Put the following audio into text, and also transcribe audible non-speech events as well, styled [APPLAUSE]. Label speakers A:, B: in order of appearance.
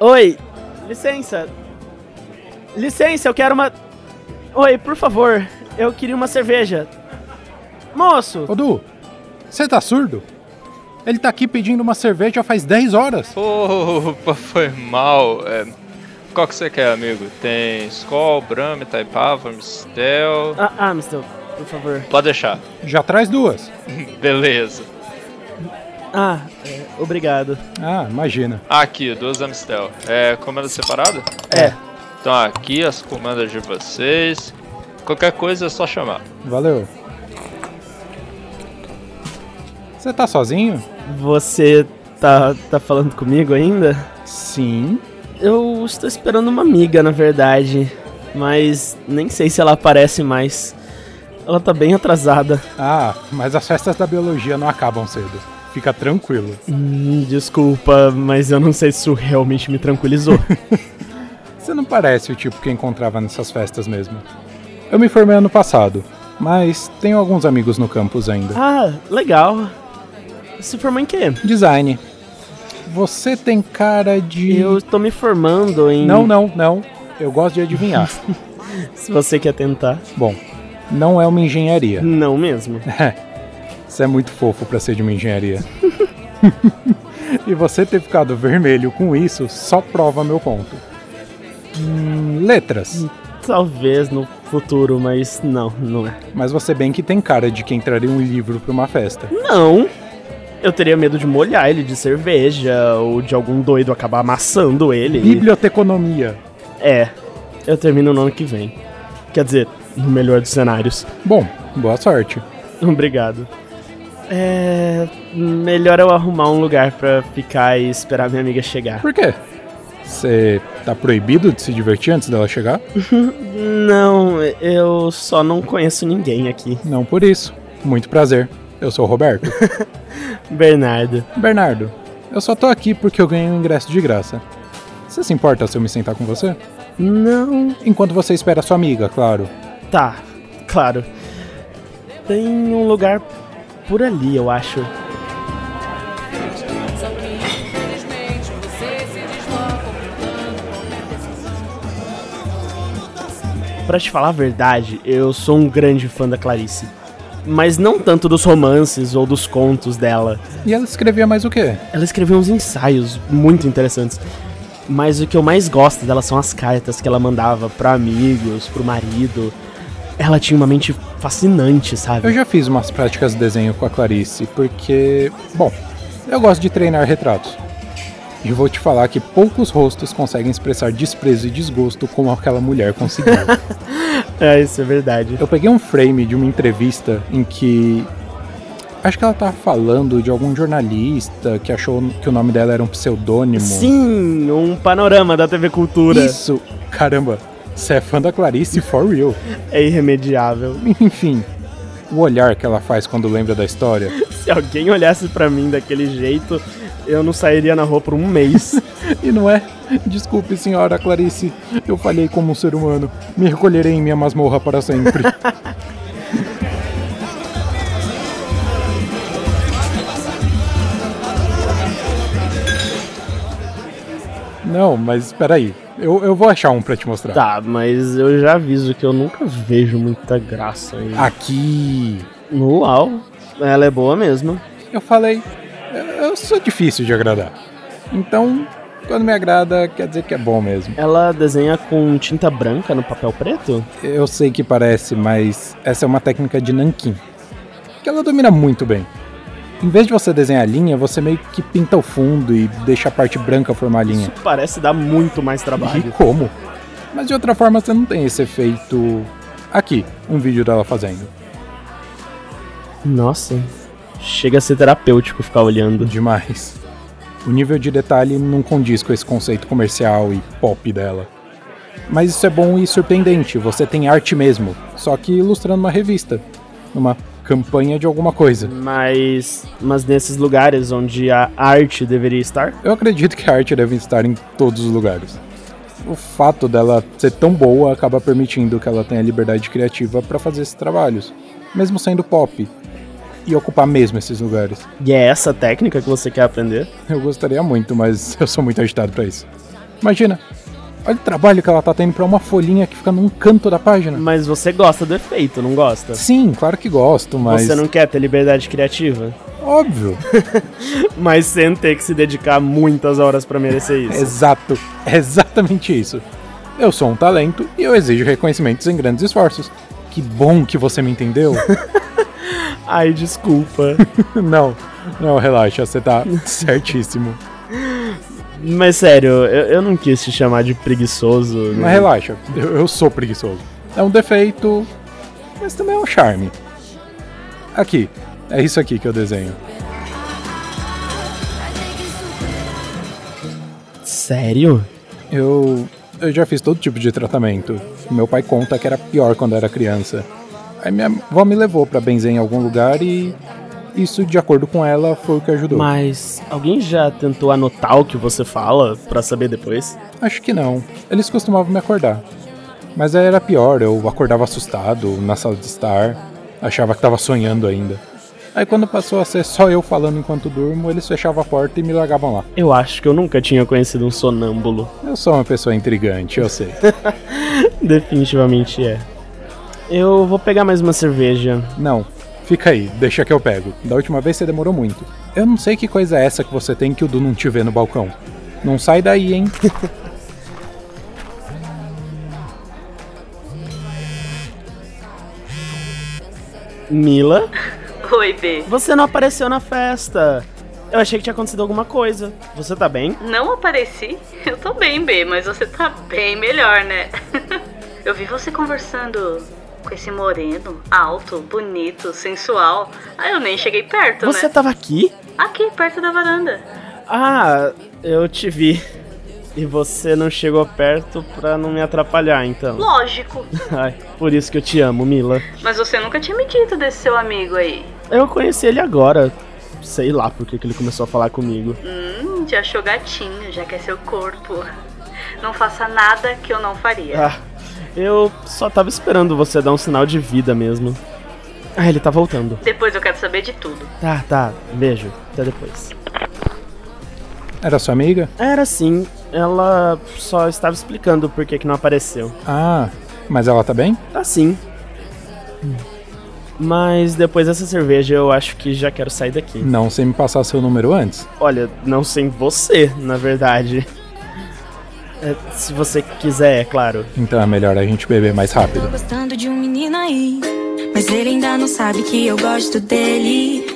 A: Oi, licença. Licença, eu quero uma. Oi, por favor, eu queria uma cerveja. Moço,
B: Ô Du, você tá surdo? Ele tá aqui pedindo uma cerveja já faz 10 horas.
C: Opa, foi mal. É, qual que você quer, amigo? Tem Skol, Brahma, Taipava, Mistel.
A: ah, Amstel, por favor.
C: Pode deixar.
B: Já traz duas.
C: Beleza.
A: Ah, é, obrigado.
B: Ah, imagina.
C: Aqui, duas Amstel. É, comanda separada?
A: É.
C: Então aqui as comandas de vocês. Qualquer coisa é só chamar.
B: Valeu. Você tá sozinho?
A: Você tá, tá falando comigo ainda?
B: Sim.
A: Eu estou esperando uma amiga, na verdade. Mas nem sei se ela aparece mais. Ela tá bem atrasada.
B: Ah, mas as festas da biologia não acabam cedo. Fica tranquilo.
A: Hum, desculpa, mas eu não sei se isso realmente me tranquilizou.
B: Você não parece o tipo que eu encontrava nessas festas mesmo. Eu me formei ano passado, mas tenho alguns amigos no campus ainda.
A: ah, legal. Se formou em quê?
B: Design. Você tem cara de.
A: Eu estou me formando em.
B: Não, não, não. Eu gosto de adivinhar.
A: Se você quer tentar.
B: Bom, não é uma engenharia. [LAUGHS]
A: Não mesmo.
B: Você é muito fofo pra ser de uma engenharia. [LAUGHS] e você ter ficado vermelho com isso só prova meu ponto. Hum, letras.
A: Talvez no futuro, mas não, não é.
B: Mas você bem que tem cara de quem traria um livro pra uma festa.
A: Não. Eu teria medo de molhar ele de cerveja ou de algum doido acabar amassando ele.
B: Biblioteconomia.
A: É, eu termino no ano que vem. Quer dizer, no melhor dos cenários. [LAUGHS]
B: Bom, boa sorte.
A: Obrigado. É. Melhor eu arrumar um lugar pra ficar e esperar minha amiga chegar.
B: Por quê? Você tá proibido de se divertir antes dela chegar?
A: Não, eu só não conheço ninguém aqui.
B: Não por isso. Muito prazer. Eu sou o Roberto.
A: Bernardo.
B: Bernardo, eu só tô aqui porque eu ganhei um ingresso de graça. Você se importa se eu me sentar com você?
A: Não.
B: Enquanto você espera sua amiga, claro.
A: Tá, claro. Tem um lugar por ali, eu acho.
D: Só que infelizmente você se desloca ocultando qualquer decisão.
A: Pra te falar a verdade, eu sou um grande fã da Clarice. Mas não tanto dos romances ou dos contos dela.
B: E ela escrevia mais o quê?
A: Ela escreveu uns ensaios muito interessantes. Mas o que eu mais gosto dela são as cartas que ela mandava pra amigos, pro marido. Ela tinha uma mente fascinante,
B: Eu
A: sabe?
B: já fiz umas práticas de desenho com a Clarice, porque, bom, eu gosto de treinar retratos. E vou te falar que poucos rostos conseguem expressar desprezo e desgosto como aquela mulher conseguiu.
A: É, isso é verdade.
B: eu peguei um frame de uma entrevista em que. Acho que ela tava falando de algum jornalista que achou que o nome dela era um pseudônimo.
A: Sim, um panorama da TV Cultura.
B: Isso! Caramba, você é fã da Clarice for real. [LAUGHS]
A: É irremediável. [LAUGHS]
B: Enfim, o olhar que ela faz quando lembra da história.
A: Se alguém olhasse pra mim daquele jeito, eu não sairia na rua por um [LAUGHS] mês.
B: E não é? Desculpe, senhora Clarice, eu falhei como um ser humano. Me recolherei em minha masmorra para sempre. não, mas espera aí. Eu, eu vou achar um pra te mostrar.
A: tá, mas eu já aviso que eu nunca vejo muita graça aí.
B: Aqui.
A: Uau, ela é boa mesmo.
B: Eu falei, eu eu sou difícil de agradar. Então, quando me agrada, quer dizer que é bom mesmo.
A: Ela desenha com tinta branca no papel preto?
B: Eu sei que parece, mas essa é uma técnica de Nankin. Que ela domina muito bem. Em vez de você desenhar a linha, você meio que pinta o fundo e deixa a parte branca formar a linha.
A: Isso é parece dar muito mais
B: E
A: trabalho.
B: como? Mas de outra forma você não tem esse efeito. Aqui, um vídeo dela fazendo.
A: Nossa, chega a ser terapêutico ficar olhando.
B: Demais. O nível de detalhe não condiz com esse conceito comercial e pop dela. Mas isso é bom e surpreendente, você tem arte mesmo, só que ilustrando uma revista, uma campanha de alguma coisa.
A: Mas, mas nesses lugares onde a arte deveria estar,
B: Eu acredito que a arte deve estar em todos os lugares. O fato dela ser tão boa acaba permitindo que ela tenha liberdade criativa para fazer esses trabalhos, mesmo sendo pop, e ocupar mesmo esses lugares.
A: e é essa técnica que você quer aprender?
B: [LAUGHS] Eu gostaria muito, mas eu sou muito agitado para isso. Imagina. Olha o trabalho que ela tá tendo pra uma folhinha que fica num canto da página.
A: Mas você gosta do efeito, não gosta?
B: Sim, claro que gosto, mas.
A: Você não quer ter liberdade criativa?
B: Óbvio.
A: [LAUGHS] Mas sem ter que se dedicar muitas horas pra
B: [LAUGHS]
A: merecer isso.
B: Exato. É exatamente isso. Eu sou um talento e eu exijo reconhecimentos em grandes esforços. Que bom que você
A: [LAUGHS]
B: me entendeu.
A: Ai,
B: [LAUGHS]
A: desculpa.
B: não, não, relaxa, você tá certíssimo.
A: Uhum. Mas sério, eu, eu não quis te chamar de preguiçoso.
B: Mas
A: né?
B: relaxa, eu, eu sou preguiçoso. É um defeito, mas também é um charme. Aqui, é isso aqui que eu desenho.
A: Sério?
B: Eu, eu já fiz todo tipo de tratamento. Meu pai conta que era pior quando era criança. Aí minha avó me levou pra benzer em algum lugar e isso, de acordo com ela, foi o que ajudou.
A: Mas alguém já tentou anotar o que você fala pra saber depois?
B: Acho que não. Eles costumavam me acordar. Mas aí era pior, eu acordava assustado na sala de estar, achava que tava sonhando ainda. Aí quando passou a ser só eu falando enquanto durmo, eles fechavam a porta e me largavam lá.
A: Eu acho que eu nunca tinha conhecido um sonâmbulo.
B: Eu sou uma pessoa intrigante, eu sei.
A: Definitivamente é. Eu vou pegar mais uma cerveja.
B: Não, fica aí, deixa que eu pego. Da última vez você demorou muito. Eu não sei que coisa é essa que você tem que o Du não te vê no balcão. Não sai daí, hein?
A: Mila,
E: Oi, B.
A: você não apareceu na festa. Eu achei que tinha acontecido alguma coisa. Você tá bem?
E: Não apareci? Eu tô bem, B, mas você tá bem melhor, né? [LAUGHS] Eu vi você conversando com esse moreno, alto, bonito, sensual. Ah, eu nem cheguei perto,
A: Você tá-
E: né?
A: tava aqui?
E: Aqui, perto da varanda.
A: Ah, eu te vi. E você não chegou perto pra não me atrapalhar, então.
E: Lógico.
A: Ai, por isso que eu te amo, Mila.
E: Mas você nunca tinha me dito desse seu amigo aí.
A: Eu conheci ele agora. Sei lá por que que ele começou a falar comigo.
E: Hum, te achou gatinho, já que é seu corpo. Não faça nada que eu não faria.
A: Ah, eu só tava esperando você dar um sinal de vida mesmo. Ah, ele tá voltando.
E: Depois eu quero saber de tudo.
A: Tá, tá. Beijo. Até depois.
B: Era sua amiga?
A: Era sim. Ela só estava explicando por que que não apareceu.
B: Ah, mas ela tá bem?
A: Tá sim. Hum. Mas depois dessa cerveja eu acho que já quero sair daqui.
B: Não sem me passar seu número antes.
A: Olha, não sem você, na verdade. É, se você quiser, é claro.
B: Então é melhor a gente beber mais rápido.
F: Tô gostando de um menino aí, mas ele ainda não sabe que eu gosto dele.